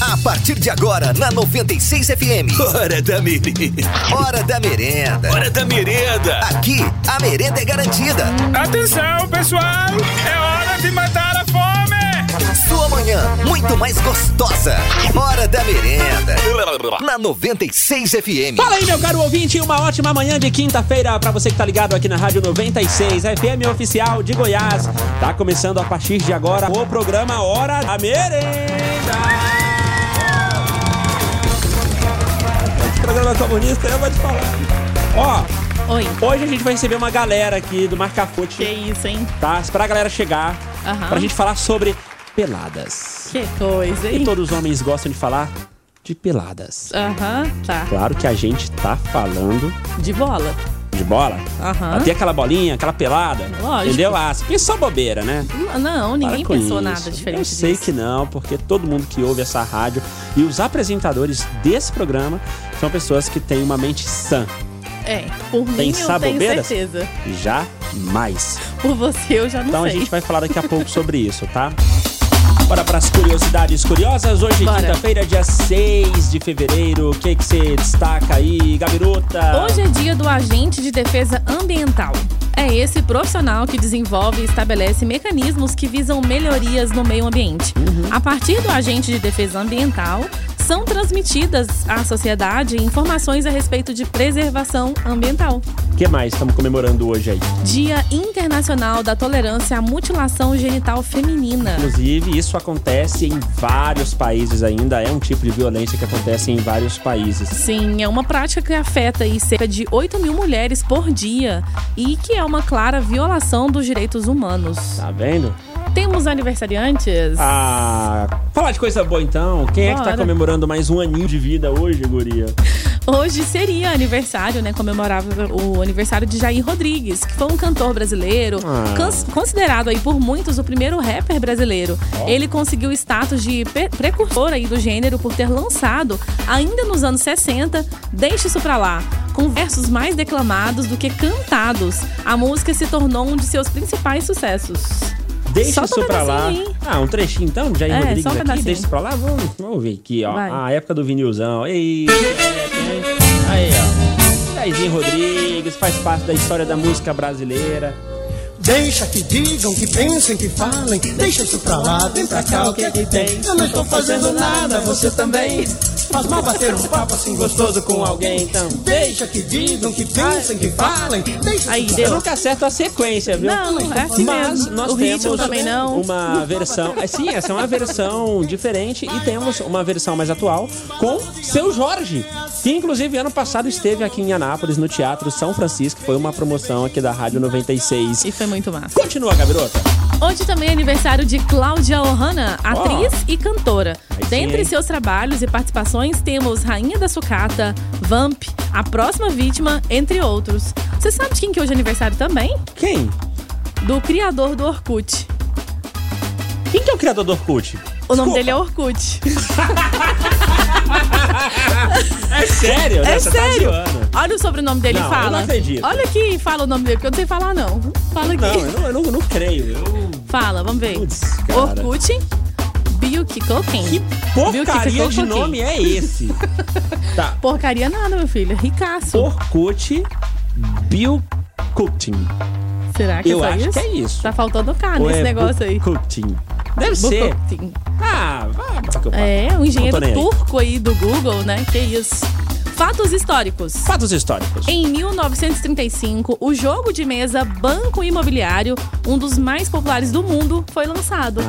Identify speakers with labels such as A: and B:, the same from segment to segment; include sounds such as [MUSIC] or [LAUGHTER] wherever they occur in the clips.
A: A partir de agora, na 96 FM.
B: Hora da merenda.
A: Hora da merenda.
B: Hora da merenda.
A: Aqui, a merenda é garantida.
C: Atenção, pessoal! É hora de matar a fome!
A: Sua manhã, muito mais gostosa. Hora da merenda. Na 96 FM.
D: Fala aí, meu caro ouvinte, uma ótima manhã de quinta-feira para você que tá ligado aqui na Rádio 96 FM Oficial de Goiás. Tá começando a partir de agora o programa Hora da Merenda. programa comunista, eu vou te falar. Ó,
E: Oi.
D: hoje a gente vai receber uma galera aqui do Marcafute,
E: Que isso, hein?
D: tá? Pra galera chegar,
E: Aham.
D: pra gente falar sobre peladas.
E: Que coisa,
D: E
E: hein?
D: todos os homens gostam de falar de peladas.
E: Aham, tá.
D: Claro que a gente tá falando
E: De bola.
D: de bola.
E: Aham.
D: Tem aquela bolinha, aquela pelada.
E: Lógico.
D: Entendeu? Ah, você pensou bobeira, né?
E: Não, ninguém
D: Para com
E: pensou
D: isso.
E: nada diferente
D: Eu sei
E: disso.
D: que não, porque todo mundo que ouve essa rádio e os apresentadores desse programa são pessoas que têm uma mente sã.
E: É, por mim eu
D: Pensar
E: tenho
D: bobeiras?
E: certeza.
D: Jamais.
E: Por você eu já não
D: Então a
E: sei.
D: gente vai falar
E: [LAUGHS]
D: daqui a pouco sobre isso, tá? Bora pras curiosidades curiosas. Hoje,
E: Bora.
D: quinta-feira, dia 6 de fevereiro. O que que você destaca aí, Gabiruta?
E: Hoje é dia do agente de defesa ambiental. É esse profissional que desenvolve e estabelece mecanismos que visam melhorias no meio ambiente.
D: Uhum.
E: A partir do agente de defesa ambiental, são transmitidas à sociedade informações a respeito de preservação ambiental.
D: O que mais estamos comemorando hoje aí?
E: Dia Internacional da Tolerância à Mutilação Genital Feminina.
D: Inclusive, isso acontece em vários países ainda. É um tipo de violência que acontece em vários países.
E: Sim, é uma prática que afeta aí cerca de 8 mil mulheres por dia e que é uma clara violação dos direitos humanos.
D: Tá vendo?
E: Temos aniversariantes?
D: Ah, falar de coisa boa então. Quem é que tá
E: Bora.
D: comemorando mais um aninho de vida hoje, guria?
E: Hoje seria aniversário, né? Comemorava o aniversário de Jair Rodrigues, que foi um cantor brasileiro,
D: Ah.
E: cons- considerado aí por muitos o primeiro rapper brasileiro. Ele conseguiu o status de pe- precursor aí do gênero por ter lançado, ainda nos anos 60, Deixa Isso Pra Lá, com versos mais declamados do que cantados. A música se tornou um de seus principais sucessos.
D: Deixa
E: Solta
D: isso
E: um
D: pra lá.
E: pedacinho aí.
D: Ah, um trechinho então, Jair
E: É,
D: Rodrigues
E: só um
D: aqui.
E: pedacinho.
D: Deixa isso pra lá. Vamos, vamos ver aqui, ó.
E: Vai.
D: A época do vinilzão. Ei, aí, ó. Jairzinho Rodrigues faz parte da história da música brasileira.
F: Deixa que digam, que pensem, que falem. Deixa isso pra lá, vem pra cá, o que é que tem? Eu não estou fazendo nada, você também. Faz mal bater um papo assim gostoso com alguém. Então, deixa que digam, que pensem, que falem. Deixa
E: Aí
F: isso
D: Eu
E: deu.
D: nunca acerto a sequência, viu?
E: Não, é assim
D: Mas
E: mesmo.
D: nós
E: o
D: temos
E: ritmo também não.
D: uma versão. é, Sim, essa é uma versão diferente e temos uma versão mais atual com seu Jorge, que inclusive ano passado esteve aqui em Anápolis, no Teatro São Francisco. Foi uma promoção aqui da Rádio 96.
E: E foi muito massa.
D: Continua, Gabirota.
E: Hoje também é aniversário de Cláudia Ohana, atriz e cantora.
D: Aí sim,
E: Dentre
D: hein?
E: seus trabalhos e participações temos Rainha da Sucata, Vamp, A Próxima Vítima, entre outros. Você sabe de quem que hoje é aniversário também?
D: Quem?
E: Do criador do Orkut.
D: Quem que é o criador do Orkut?
E: O nome dele é Orkut.
D: É sério? né?
E: É
D: Você
E: sério?
D: Tá zoando.
E: Olha o sobrenome dele
D: Não,
E: e
D: eu
E: fala.
D: não acredito.
E: Olha aqui e fala o nome dele, porque eu não sei falar, não. Fala aqui.
D: não, eu não, eu não, eu não creio. Eu-
E: Fala, vamos ver.
D: Putz, cara.
E: Orkut, Bill Kikoken.
D: Que
E: Viu que
D: porcaria
E: ficou
D: de
E: um pouquinho.
D: nome é esse? tá.
E: Porcaria nada, meu filho. É Ricaço.
D: Orkut Bill Cookting.
E: Será que
D: Eu
E: é só
D: acho
E: isso?
D: que é isso.
E: Tá faltando K
D: Ou
E: nesse
D: é
E: negócio aí.
D: Bukutting? Deve ser.
E: Bukoptin.
D: Ah, vá, vá, vá.
E: É, o engenheiro
D: Não tô nem aí.
E: turco aí do Google, né? Que isso. Fatos históricos.
D: Fatos históricos.
E: Em 1935, o jogo de mesa Banco Imobiliário, um dos mais populares do mundo, foi lançado.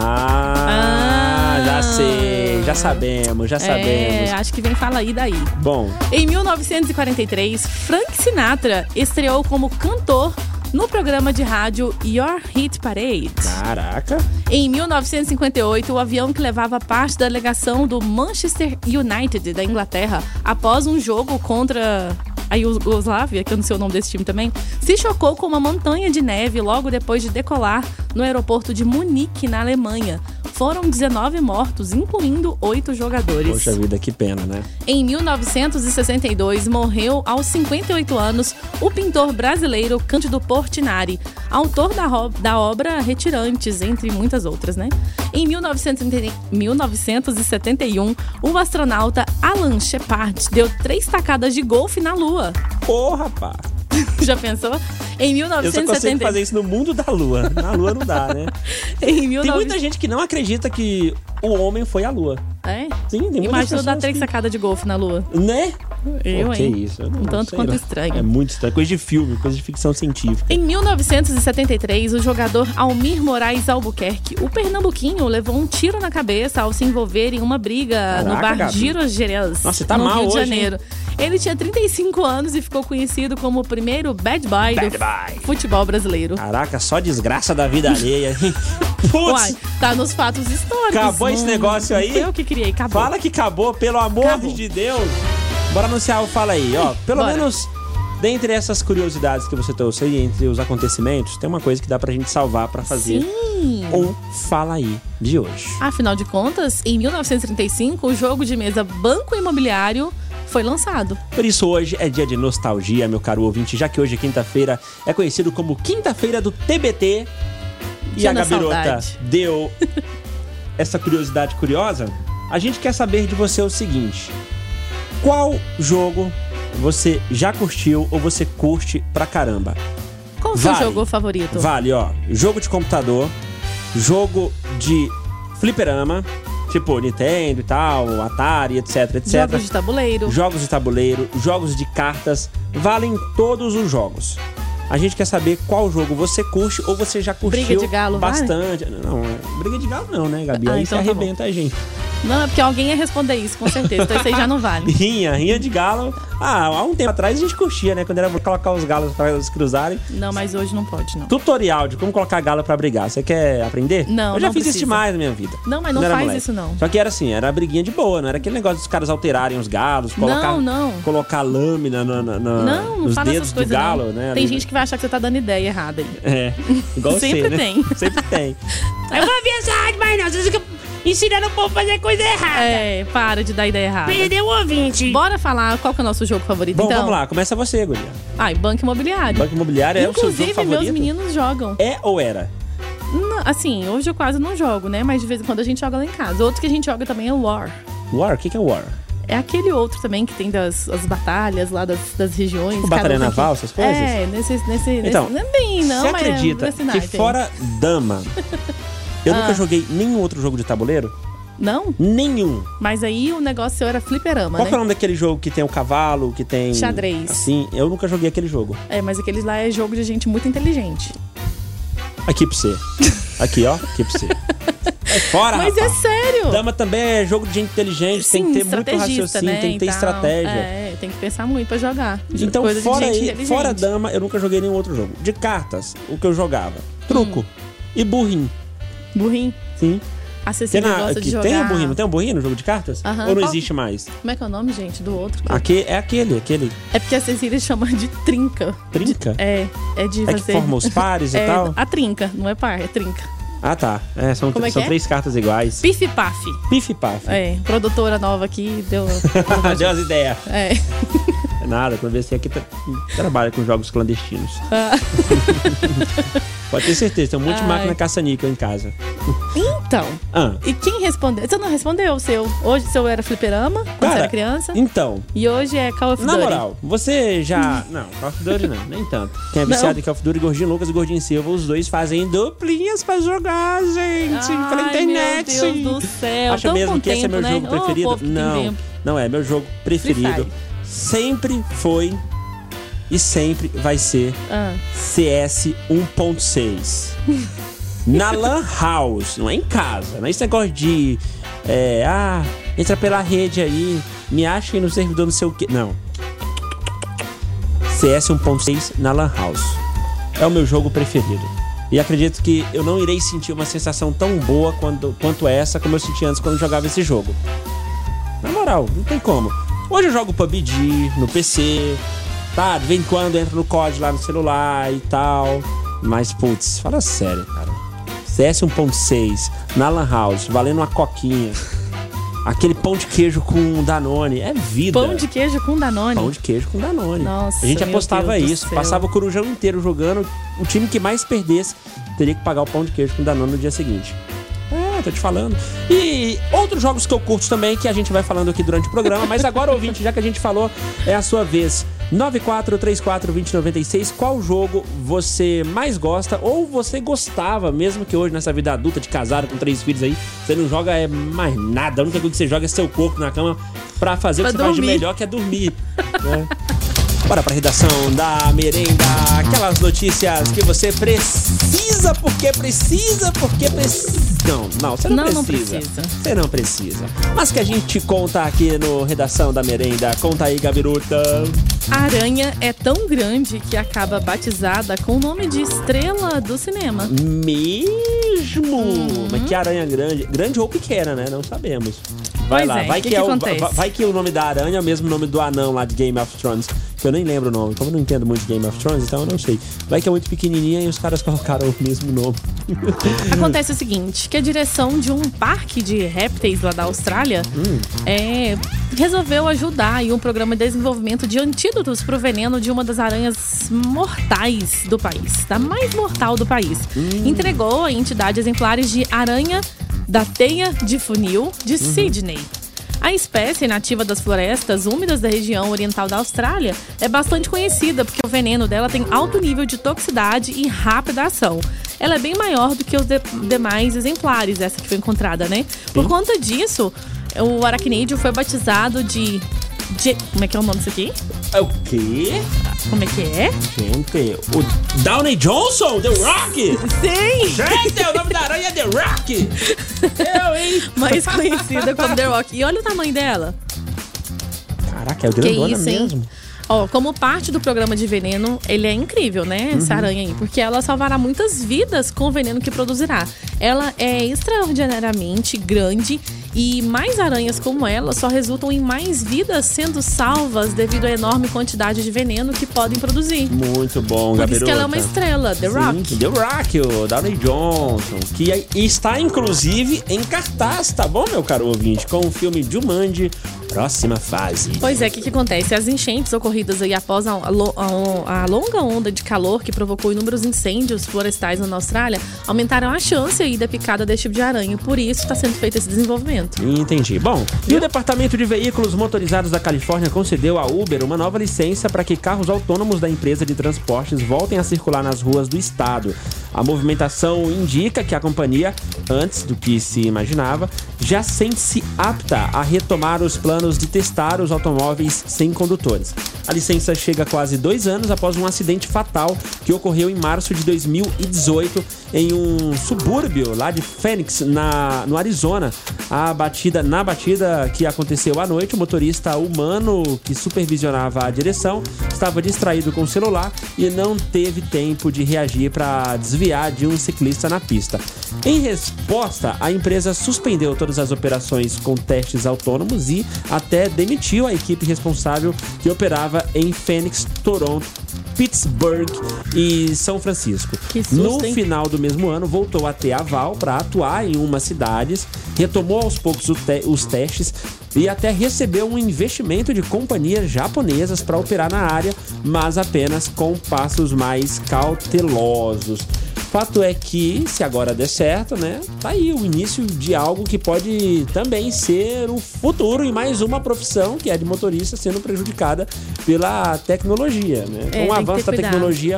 D: Ah,
E: Ah.
D: já sei. Já sabemos, já
E: é,
D: sabemos.
E: acho que vem fala aí daí.
D: Bom,
E: Em 1943, Frank Sinatra estreou como cantor no programa de rádio Your Hit Parade.
D: caraca.
E: Em 1958, o avião que levava parte da delegação do Manchester United da Inglaterra após um jogo contra a Yugoslávia, que eu não sei o nome desse time também, se chocou com uma montanha de neve logo depois de decolar no aeroporto de Munique, na Alemanha. foram 19 mortos, incluindo oito jogadores.
D: Poxa vida, que pena, né?
E: Em 1962, morreu aos 58 anos o pintor brasileiro Cândido Portinari, autor da, ro- da obra Retirantes, entre muitas outras, né? Em 1970 1971, o astronauta Alan Shepard deu três tacadas de golfe na Lua. [LAUGHS]
D: Ô, rapaz.
E: Já pensou? Em
D: Eu só consigo
E: 1970.
D: fazer isso no mundo da lua. Na lua não dá,
E: [LAUGHS]
D: né?
E: Em
D: Tem
E: 19...
D: muita gente que não acredita que o homem foi à lua.
E: É?
D: Sim, tem muitas
E: Imagina eu dar
D: pessoas
E: três
D: que-
E: tacadas de golfe na Lua.
D: Né?
E: Eu,
D: Pô, que
E: hein?
D: isso. eu não-
E: Um tanto
D: sei
E: quanto
D: lá.
E: estranho.
D: É muito estranho. Coisa de filme, coisa de ficção científica.
E: Em 1973, o jogador Almir Moraes Albuquerque, o pernambuquinho, levou um tiro na cabeça ao se envolver em uma briga no
D: Caraca,
E: bar
D: Gabi.
E: Giro Gerês,
D: Nossa, você tá
E: no
D: mal
E: Rio de
D: hoje,
E: Janeiro. Ele tinha 35 anos e ficou conhecido como o primeiro bad boy do futebol brasileiro.
D: Caraca, só desgraça da vida alheia.
E: [LAUGHS]
D: hein?
E: Uai,
D: Putz,
E: tá nos fatos históricos.
D: Acabou esse negócio aí?
E: Foi eu que criei, acabou.
D: fala que acabou, pelo amor
E: Acabou.
D: de Deus. Bora anunciar o Fala Aí, ó. Pelo
E: Bora.
D: menos, dentre essas curiosidades que você trouxe aí, entre os acontecimentos, tem uma coisa que dá pra gente salvar pra fazer
E: Sim.
D: o Fala Aí de hoje.
E: Afinal de contas, em 1935, o jogo de mesa Banco Imobiliário foi lançado.
D: Por isso, hoje é dia de nostalgia, meu caro ouvinte, já que hoje é quinta-feira, é conhecido como Quinta-feira do TBT. E
E: Dia
D: a
E: da
D: Gabirota
E: saudade. [LAUGHS]
D: deu essa curiosidade curiosa. A gente quer saber de você o seguinte: qual jogo você já curtiu ou você curte pra caramba?
E: Qual o seu
D: Vale.
E: jogo favorito?
D: Vale, ó, jogo de computador, jogo de fliperama, tipo Nintendo e tal, Atari, etc, etc.
E: Jogos de tabuleiro.
D: Jogos de tabuleiro, jogos de cartas, valem todos os jogos. A gente quer saber qual jogo você curte ou você já curtiu
E: Briga de galo, vale?
D: bastante. Não, é- briga de galo não, né, Gabi?
E: Ah,
D: Aí
E: então
D: você
E: tá bom.
D: arrebenta a gente.
E: Não, é porque alguém ia responder isso, com certeza. Então isso aí já não vale.
D: Rinha, rinha de galo. Ah, há um tempo atrás a gente curtia, né? Quando era pra colocar os galos pra eles cruzarem.
E: Não, mas hoje não pode, não.
D: Tutorial de como colocar galo pra brigar. Você quer aprender?
E: Não,
D: Eu já
E: não
D: fiz isso
E: precisa.
D: demais na minha vida.
E: Não, mas não
D: Quando era
E: faz isso, não.
D: Só que era assim, era briguinha de boa, não era aquele negócio dos caras alterarem os galos, colocar,
E: Não, não.
D: colocar lâmina na- na- na-
E: Não, não
D: nos
E: fala
D: Ah, dedos
E: essas
D: do
E: coisas,
D: galo,
E: não.
D: né?
E: Tem
D: Ali-
E: gente que vai achar que você tá dando ideia errada aí.
D: É, igual
E: [LAUGHS] Sempre
D: você, né?
E: tem.
D: [LAUGHS] Sempre tem.
G: Eu vou viajar, mas não, vocês ficam ensinando o povo a fazer coisa errada.
E: É, para de dar ideia errada.
G: Perdeu o ouvinte.
E: Bora falar qual que é o nosso jogo favorito,
D: Bom,
E: então?
D: vamos lá, começa você, Guria.
E: Ai, Banco Imobiliário.
D: Banco Imobiliário é o seu jogo
E: Inclusive,
D: favorito?
E: meus meninos jogam.
D: É ou era?
E: Não, assim, hoje eu quase não jogo, né? Mas de vez em quando a gente joga lá em casa. Outro que a gente joga também é o War.
D: War? O que, que é War?
E: É aquele outro também que tem das as batalhas lá das, das regiões.
D: Tipo
E: cada
D: batalha
E: um tem
D: naval,
E: que-
D: essas coisas?
E: É, nesse... nesse
D: Então,
E: nesse, não é bem, não,
D: você
E: mas é
D: acredita
E: nesse
D: que
E: naipe aí.
D: fora dama,
E: [LAUGHS]
D: eu nunca
E: Ah.
D: joguei nenhum outro jogo de tabuleiro?
E: Não?
D: Nenhum.
E: Mas aí o negócio seu era fliperama,
D: Qual
E: né?
D: que é o nome daquele jogo que tem o cavalo, que tem.
E: Xadrez.
D: Assim, eu nunca joguei aquele jogo.
E: É, mas aqueles lá é jogo de gente muito inteligente.
D: Aqui pra
E: [LAUGHS]
D: você. Aqui, ó. Aqui pra você. Sai fora!
E: mas é
D: Ah, rapaz.
E: sério!
D: Dama também é jogo de gente inteligente, tem que ter muito raciocínio, tem que ter
E: né, e tal.
D: estratégia.
E: É, tem que pensar muito pra jogar. De-
D: Então,
E: coisa de
D: fora,
E: gente
D: aí-
E: inteligente.
D: fora dama, eu nunca joguei nenhum outro jogo. De cartas, o que eu jogava?
E: Hum.
D: Truco e burrinho.
E: Burrinho.
D: Sim.
E: A Cecília
D: Tem, na-
E: gosta de
D: que
E: jogar.
D: tem o burrinho, não tem o burrinho no jogo de cartas?
E: Aham.
D: Ou não
E: Qual-
D: existe mais?
E: Como é que é o nome, gente, do outro?
D: Aqui, é aquele, aquele.
E: É porque a Cecília chama de trinca.
D: Trinca?
E: É, é de
D: É que
E: fazer...
D: forma os pares e
E: [LAUGHS] É,
D: tal?
E: a trinca, não é par, é trinca.
D: Ah, tá. É, são
E: Como é que
D: são
E: é?
D: três cartas iguais.
E: Pif e paf.
D: Pif e paf.
E: É, produtora nova
D: [LAUGHS]
E: aqui, [LAUGHS] deu...
D: Deu as ideias.
E: é.
D: É Nada, quando vê assim, aqui tra- trabalha com jogos clandestinos.
E: Ah.
D: Pode ter certeza, tem um monte de
E: Ai.
D: máquina caça-níquel em casa.
E: Então...
D: Ah,
E: E quem respondeu? Você não respondeu o seu. Hoje o seu era fliperama, quando você
D: cara,
E: era criança.
D: Então,
E: E hoje é Call of
D: na
E: Duty.
D: moral, você
E: [LAUGHS]
D: já. Não, Call of Duty não, nem tanto. Quem é viciado em Call of Duty, Gordinho Lucas e Gordinho Silva, os dois fazem duplinhas pra jogar, gente, pela
E: Ai,
D: internet.
E: meu Deus do céu.
D: Acha
E: tão
D: mesmo
E: com
D: que esse é
E: tempo,
D: meu
E: né?
D: jogo
E: Ô,
D: preferido?
E: povo que tem
D: não,
E: tempo.
D: não é. Meu jogo preferido
E: Fire.
D: sempre foi e sempre vai ser
E: Ah,
D: CS
E: [LAUGHS]
D: 1.6. na Lan House, não é em casa, não é esse negócio de. É, ah, entra pela rede aí, me acha aí no servidor não sei o quê. Não. CS 1.6 na Lan House. É o meu jogo preferido. E acredito que eu não irei sentir uma sensação tão boa quando, quanto essa como eu senti antes quando jogava esse jogo. Na moral, não tem como. Hoje eu jogo PUBG no PC, tá? De vez em quando eu entro no COD lá no celular e tal. Mas, putz, fala sério, cara. café 1.6 na Lan House, valendo uma
E: [LAUGHS]
D: coquinha, aquele pão de queijo com Danone, é vida.
E: Pão de queijo com Danone.
D: Pão de queijo com Danone.
E: Nossa,
D: a gente
E: meu
D: apostava
E: Deus do
D: isso,
E: céu.
D: passava o corujão inteiro jogando, o time que mais perdesse teria que pagar o pão de queijo com Danone no dia seguinte. É, tô te falando. E outros jogos que eu curto também, que a gente vai falando aqui durante o programa, mas agora, [LAUGHS] ouvinte, já que a gente falou, é a sua vez. 94342096, qual jogo você mais gosta ou você gostava, mesmo que hoje nessa vida adulta de casado com três filhos aí, você não joga é mais nada. A única coisa que você joga é seu corpo na cama pra fazer o
E: Pra
D: que você faz de
E: dormir.
D: melhor, que é
E: [LAUGHS]
D: dormir. né? Bora pra redação da merenda. Aquelas notícias que você precisa, porque precisa, porque precisa. Não, não, você não,
E: Não,
D: precisa.
E: não precisa.
D: Você não precisa. Mas que a gente conta aqui no Redação da Merenda. Conta aí, Gabiruta.
E: A aranha é tão grande que acaba batizada com o nome de estrela do cinema.
D: Mesmo!
E: Uhum.
D: Mas que aranha grande. Grande ou pequena, né? Não sabemos. Vai
E: Pois
D: lá,
E: é,
D: vai
E: que
D: que,
E: que
D: é o,
E: acontece?
D: vai, vai que o nome da aranha é o mesmo nome do anão lá de Game of Thrones, que eu nem lembro o nome. Como eu não entendo muito de Game of Thrones, então eu não sei. Vai que é muito pequenininha e os caras [LAUGHS] colocaram o mesmo nome.
E: Acontece o seguinte, que a direção de um parque de répteis lá da Austrália é, resolveu ajudar em um programa de desenvolvimento de antídotos para o veneno de uma das aranhas mortais do país, da mais mortal do país. Entregou a entidade exemplares de aranha da teia de funil de Sydney. A espécie nativa das florestas úmidas da região oriental da Austrália é bastante conhecida porque o veneno dela tem alto nível de toxicidade e rápida ação. Ela é bem maior do que os de- demais exemplares, essa que foi encontrada, né? Por conta disso, o aracnídeo foi batizado de. de- como é que é o nome disso aqui?
D: É o quê?
E: Como é que é?
D: Gente, o Downey Johnson, The Rock!
E: Sim!
D: Gente, o nome da aranha é The Rock! Eu, hein?
E: [LAUGHS] Mais conhecida como The Rock. E olha o tamanho dela.
D: Caraca, é o
E: Que
D: grandona
E: isso, hein?
D: mesmo.
E: Ó, como parte do programa de veneno, ele é incrível, né? Essa
D: Uhum.
E: aranha aí. Porque ela salvará muitas vidas com o veneno que produzirá. Ela é extraordinariamente grande e mais aranhas como ela só resultam em mais vidas sendo salvas devido à enorme quantidade de veneno que podem produzir.
D: Muito bom,
E: Por
D: Gabiruta.
E: isso que ela é uma estrela, The Rock.
D: Sim, The Rock, o Downey Johnson, que está inclusive em cartaz, tá bom, meu caro ouvinte? Com o filme Jumanji, próxima fase.
E: Pois é, o que, que acontece? As enchentes ocorridas aí após a, a lo- a on- a longa onda de calor que provocou inúmeros incêndios florestais na Austrália aumentaram a chance aí da picada desse tipo de aranha. Por isso está sendo feito esse desenvolvimento.
D: Entendi. Bom, e o Departamento de Veículos Motorizados da Califórnia concedeu à Uber uma nova licença para que carros autônomos da empresa de transportes voltem a circular nas ruas do estado. A movimentação indica que a companhia, antes do que se imaginava, já sente-se apta a retomar os planos de testar os automóveis sem condutores. A licença chega quase dois anos após um acidente fatal que ocorreu em março de 2018 em um subúrbio lá de Phoenix, na, no Arizona. A batida, na batida que aconteceu à noite, o motorista humano que supervisionava a direção estava distraído com o celular e não teve tempo de reagir para desviar de um ciclista na pista. Em resposta, a empresa suspendeu todas as operações com testes autônomos e até demitiu a equipe responsável que operava em Phoenix, Toronto, Pittsburgh e São Francisco.
E: Que susto,
D: no
E: hein?
D: final do mesmo ano, voltou a ter aval para atuar em umas cidades, retomou aos poucos o te- os testes e até recebeu um investimento de companhias japonesas para operar na área, mas apenas com passos mais cautelosos. Fato é que, se agora der certo, né? Tá aí o início de algo que pode também ser o futuro e mais uma profissão, que é a de motorista, sendo prejudicada pela tecnologia, né?
E: É, tem
D: Com
E: que
D: o
E: ter
D: avanço da
E: cuidado.
D: tecnologia tecnologia,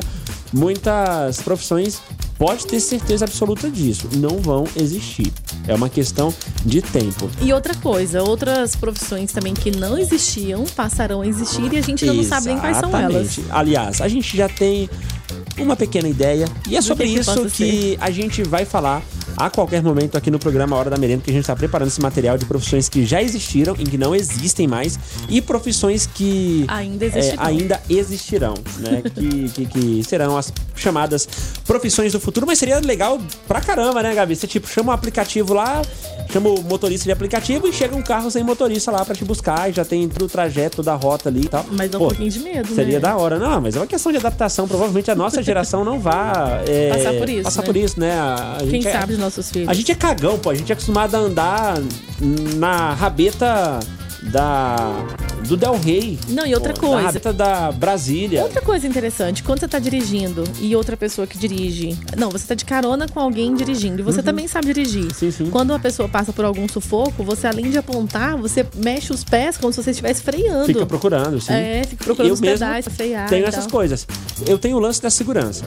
D: muitas profissões pode ter certeza absoluta disso, não vão existir. É uma questão de tempo.
E: E outra coisa, outras profissões também que não existiam passarão a existir e a gente ainda não sabe nem quais são elas.
D: Exatamente. Aliás, a gente já tem uma pequena ideia e é sobre
E: que que
D: isso
E: possa
D: que a gente vai falar a qualquer momento aqui no programa Hora da Merenda, que a gente está preparando esse material de profissões que já existiram e que não existem mais e profissões que é,
E: Ainda existirão.
D: ainda existirão,
E: [LAUGHS]
D: né? que, que, que serão as chamadas profissões do futuro, mas seria legal pra caramba, né, Gabi? Você tipo chama um aplicativo lá, chama o motorista de aplicativo e chega um carro sem motorista lá pra te buscar, e já tem todo o trajeto da rota ali e tal.
E: Mas dá um
D: Pô,
E: pouquinho de medo,
D: Seria
E: né?
D: da hora. Não, mas é uma questão de adaptação. Provavelmente a nossa geração não vá é,
E: [LAUGHS] Passar por isso,
D: Passar
E: né?
D: por isso, né? A, a
E: Quem
D: gente é-
E: sabe dos nossos filhos.
D: a gente é cagão, pô. A gente é acostumado a andar na rabeta da do Del Rey.
E: Não, e outra
D: pô,
E: coisa.
D: Na rabeta da Brasília.
E: Outra coisa interessante, quando você tá dirigindo e outra pessoa que dirige. Não, você tá de carona com alguém dirigindo e você também sabe dirigir.
D: Uhum. Sim, sim.
E: Quando uma pessoa passa por algum sufoco, você além de apontar, você mexe os pés como se você estivesse freando.
D: Fica procurando, sim.
E: É, fica procurando
D: eu
E: os
D: mesmo
E: pedais pra frear então.
D: Tenho
E: e
D: essas
E: tal.
D: coisas. Eu tenho o lance da segurança.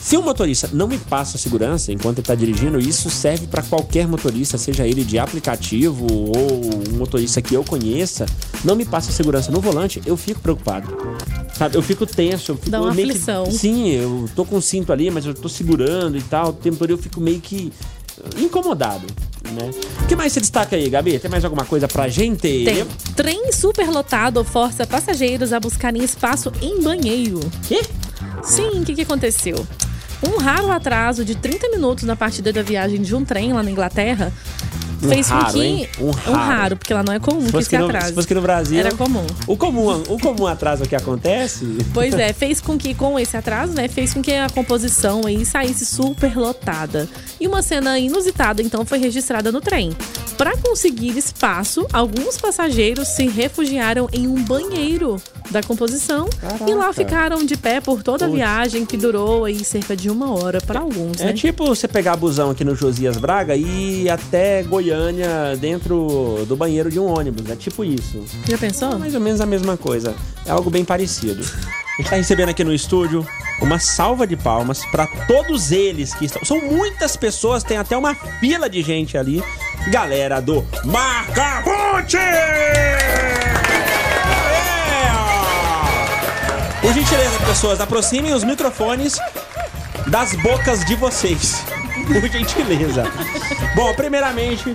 D: Se o motorista não me passa segurança enquanto ele tá dirigindo, isso serve para qualquer motorista, seja ele de aplicativo ou um motorista que eu conheça, não me passa segurança no volante, eu fico preocupado. Sabe, eu fico tenso, eu fico
E: Dá uma
D: meio que-
E: aflição.
D: sim, eu tô com o cinto ali, mas eu tô segurando e tal, o tempo todo eu fico meio que eh, incomodado, né? O que mais você destaca aí, Gabi? Tem mais alguma coisa pra gente?
E: Tem. Trem superlotado força passageiros a buscarem espaço em banheiro.
D: Quê?
E: Sim, o que, que aconteceu? Um raro atraso de 30 minutos na partida da viagem de um trem lá na Inglaterra
D: Um
E: fez
D: raro,
E: com que.
D: hein? Um raro.
E: porque lá não é comum
D: Se
E: que
D: fosse,
E: se
D: que no,
E: atrase.
D: se fosse que no Brasil.
E: Era comum.
D: O comum, o comum atraso que acontece.
E: Pois é, fez com que, com esse atraso, né, fez com que a composição aí saísse super lotada. E uma cena inusitada, então, foi registrada no trem. Para conseguir espaço, alguns passageiros se refugiaram em um banheiro da composição e lá ficaram de pé por toda a
D: Putz.
E: viagem, que durou aí cerca de uma hora para alguns,
D: É
E: né?
D: tipo você pegar busão aqui no Josias Braga e ir até Goiânia dentro do banheiro de um ônibus. É tipo isso.
E: Já pensou?
D: Mais ou menos a mesma coisa. É algo bem parecido. A gente tá recebendo aqui no estúdio uma salva de palmas pra todos eles que estão. São muitas pessoas, tem até uma fila de gente ali. Galera do Marcabute! É! Por gentileza, pessoas, aproximem os microfones das bocas de vocês. [LAUGHS] Por gentileza. Bom, primeiramente,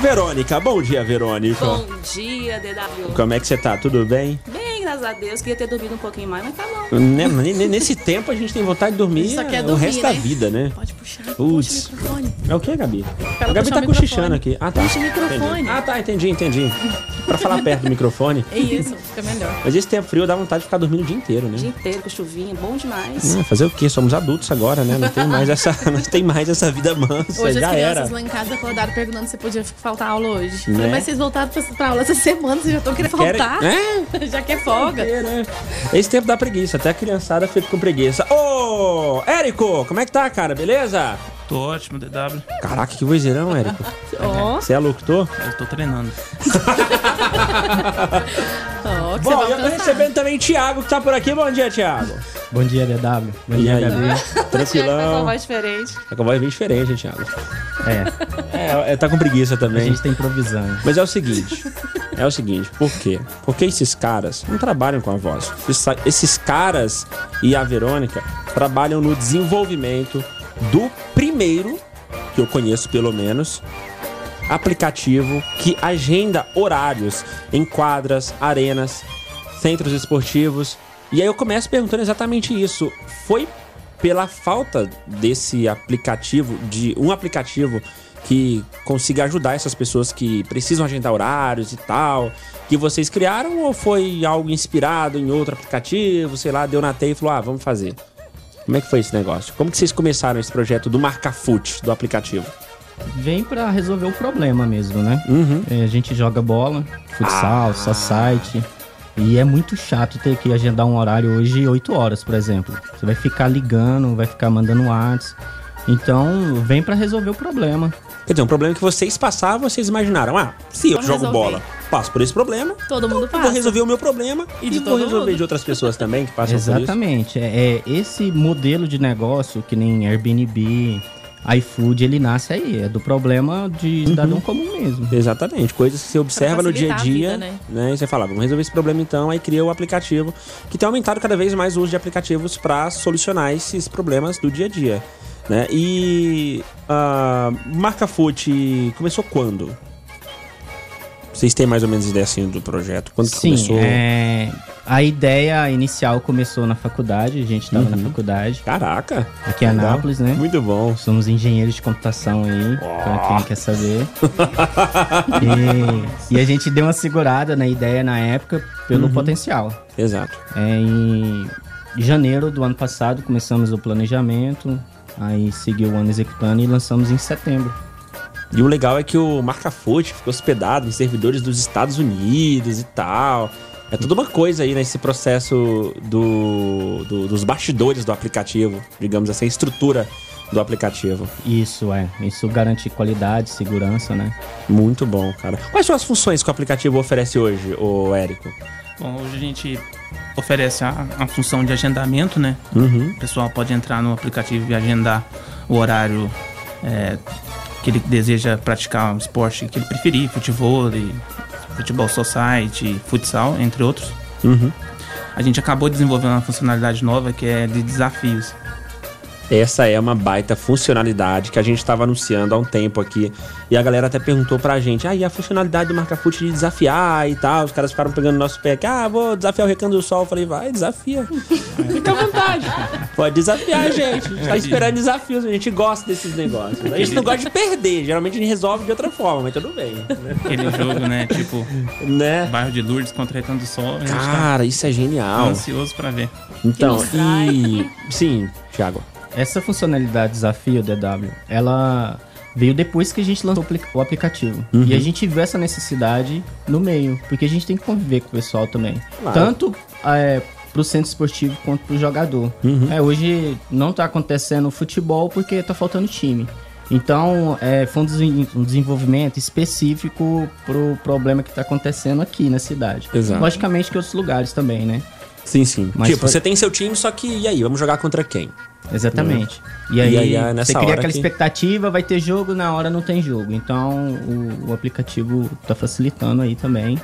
D: Verônica. Bom dia, Verônica.
H: Bom dia, DW.
D: Como é que você tá? Tudo bem?
H: Bem, graças a Deus, queria ter dormido um pouquinho mais, mas tá bom.
D: Né, ne- ne- Nesse tempo a gente tem vontade de dormir,
E: Só quer
D: o
E: dormir,
D: resto
E: né?
D: da vida, né?
E: Pode puxar,
D: Putz.
E: puxa o microfone.
D: É o que, Gabi?
E: Pra
D: a Gabi
E: puxar
D: tá
E: o
D: cochichando
E: microfone.
D: aqui. Ah, tá.
E: Puxa o microfone.
D: Entendi. Ah, tá, entendi, entendi. pra falar perto do microfone.
E: É isso, fica melhor.
D: Mas esse tempo frio dá vontade de ficar dormindo o dia inteiro,
H: O
D: né?
H: dia inteiro com chuvinha, bom demais.
D: Ah, fazer o quê? Somos adultos agora, né? Não tem mais essa, [LAUGHS] não tem mais essa vida mansa.
E: Hoje
D: Já
E: as crianças
D: era.
E: lá em casa acordaram perguntando se podia faltar aula hoje.
D: Né?
E: Falei, Mas vocês voltaram pra, pra aula essa semana, vocês já estão querendo
D: Querem-
E: faltar?
D: É,
E: [LAUGHS] Já quer folga.
D: É, né? Esse tempo dá preguiça, até a criançada fica com preguiça. Ô, Érico, como é que tá, cara? Beleza?
I: Tô ótimo, DW.
D: Caraca, que vozeirão, Érico.
E: Ó,
D: Você é locutor?
I: Eu tô treinando.
E: ó,
D: Bom, eu
E: que você
D: tô
E: vai alcançar.
D: recebendo também o Thiago, que tá por aqui. Bom dia, Thiago.
F: Bom dia, DW. Bom dia, Gabi.
E: Tá é
H: Uma
D: Tranquilão.
H: voz diferente.
D: Tá com a voz bem diferente, hein, Thiago?
F: É,
D: É, é, tá com preguiça
F: a
D: também.
F: gente tá improvisando.
D: Mas é o seguinte. É o seguinte, por quê? Porque esses caras não trabalham com a voz. Esses- Esses caras e a Verônica trabalham no desenvolvimento do primeiro, que eu conheço pelo menos, aplicativo que agenda horários em quadras, arenas, centros esportivos. E aí eu começo perguntando exatamente isso. Foi pela falta desse aplicativo, de um aplicativo que consiga ajudar essas pessoas que precisam agendar horários e tal, que vocês criaram ou foi algo inspirado em outro aplicativo, sei lá, deu na teia e falou: "Ah, vamos fazer". Como é que foi esse negócio? Como que vocês começaram esse projeto do Marcafute, do aplicativo?
F: Vem pra resolver o problema mesmo, né?
D: Uhum.
F: É, a gente joga bola,
D: Ah.
F: futsal, só site. E é muito chato ter que agendar um horário hoje 8 horas, por exemplo. Você vai ficar ligando, vai ficar mandando WhatsApp. Então, vem pra resolver o problema.
D: Quer dizer, um problema que vocês passavam, vocês imaginaram. Ah, se eu
E: Vou
D: jogo
E: resolver.
D: bola, passo por esse problema,
E: Todo mundo
D: eu vou
E: passa.
D: resolver o meu problema
E: E
D: e,
E: de
D: vou
E: todo
D: resolver
E: mundo.
D: de outras pessoas também que passam por
F: Exatamente. É, é esse modelo de negócio que nem Airbnb, iFood, ele nasce aí. É do problema
D: Uhum.
F: de cidadão comum mesmo.
D: isso. Exatamente, coisas que você observa no dia a
E: facilitar a
D: dia,
E: vida,
D: né? E você fala, vamos resolver esse problema então, aí cria o aplicativo, que tem aumentado cada vez mais o uso de aplicativos para solucionar esses problemas do dia a dia. Né? E a marca Foot começou quando? Vocês têm mais ou menos ideia assim, do projeto? Quando que
J: Sim,
D: começou?
J: é, a ideia inicial começou na faculdade, a gente estava
D: Uhum.
J: na faculdade,
D: Caraca!
J: aqui em
D: legal.
J: Anápolis, né?
D: Muito bom.
J: Somos engenheiros de computação aí, pra quem quer saber. e, e a gente deu uma segurada na ideia na época pelo potencial.
D: Exato.
J: É, em janeiro do ano passado começamos o planejamento, aí seguiu o ano executando e lançamos em setembro.
D: E o legal é que o Marca Foot ficou hospedado em servidores dos Estados Unidos e tal. É toda uma coisa aí nesse processo do, do- dos bastidores do aplicativo, digamos assim, a estrutura do aplicativo.
J: Isso é, isso garante qualidade, segurança, né?
D: Muito bom, cara. Quais são as funções que o aplicativo oferece hoje, ô Érico?
I: Bom, hoje a gente oferece a, a função de agendamento, né?
D: Uhum.
I: O pessoal pode entrar no aplicativo e agendar o horário é, que ele deseja praticar um esporte que ele preferir, futebol, e- futebol society, futsal, entre outros.
D: Uhum.
I: A gente acabou desenvolvendo uma funcionalidade nova que é de desafios.
D: Essa é uma baita funcionalidade que a gente estava anunciando há um tempo aqui. E a galera até perguntou pra gente: aí e a funcionalidade do marca-foot de desafiar e tal. Os caras ficaram pegando nosso pé aqui: ah, vou desafiar o Recanto do Sol. Eu falei: vai, desafia. [LAUGHS] Fica à vontade. Pode desafiar, gente. A gente tá esperando desafios, a gente gosta desses negócios. A gente não gosta de perder, geralmente a gente resolve de outra forma, mas tudo bem.
I: Aquele jogo,
D: [LAUGHS]
I: né? Tipo,
D: Né?
I: bairro de Lourdes contra Retão do Sol. A gente tá
D: Cara, isso é genial.
I: ansioso pra ver.
D: Então, e. Sim, Thiago.
J: Essa funcionalidade desafio DW, ela veio depois que a gente lançou o apli- o aplicativo. E
D: Uhum.
J: a gente viu essa necessidade no meio, porque a gente tem que conviver com o pessoal também.
D: Claro.
J: Tanto é, pro centro esportivo quanto pro jogador.
D: Uhum.
J: É, hoje não tá acontecendo futebol porque tá faltando time. Então, é, foi um, desen- um desenvolvimento específico pro problema que tá acontecendo aqui na cidade.
D: Exato.
J: Logicamente que outros lugares também, né?
D: Sim, sim.
J: Mas
D: tipo,
J: foi-
D: você tem seu time, só que e aí? Vamos jogar contra quem?
J: Exatamente. E
D: E
J: aí,
D: aí, é nessa
J: você cria
D: hora
J: aquela
D: que-
J: expectativa, vai ter jogo, na hora não tem jogo. Então o, o aplicativo tá facilitando aí também.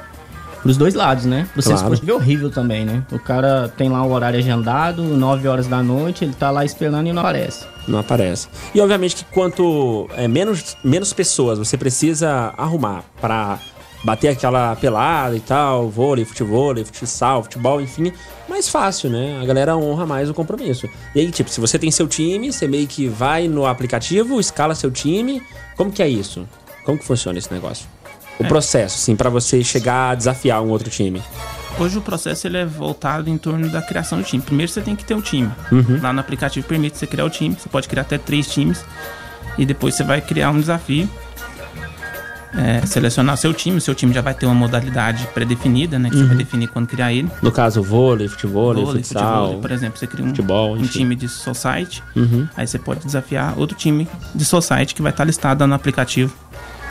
J: Pros dois lados, né? Pro
D: Claro.
J: centro esportivo é horrível também, né? O cara tem lá o horário agendado, 9 horas da noite, ele tá lá esperando e não aparece.
D: Não aparece. E obviamente que quanto é, menos, menos pessoas você precisa arrumar pra bater aquela pelada e tal, vôlei, futebol, futsal, futebol, enfim, mais fácil, né? A galera honra mais o compromisso. E aí, tipo, se você tem seu time, você meio que vai no aplicativo, escala seu time. Como que é isso? Como que funciona esse negócio? O processo, assim, pra você chegar a desafiar um outro time.
I: Hoje o processo ele é voltado em torno da criação do time. Primeiro você tem que ter um time.
D: Uhum.
I: Lá no aplicativo permite você criar o time. Você pode criar até três times. E depois você vai criar um desafio. É, selecionar seu time. O seu time já vai ter uma modalidade pré-definida, né? Que você vai definir quando criar ele.
D: No caso, Uhum. vôlei, futebol,
I: Vôlei,
D: futsal.
I: futebol, por exemplo. Você cria um,
D: futebol,
I: um
D: enfim. Uhum.
I: time de society. Aí você pode desafiar outro time de society que vai estar listado no aplicativo.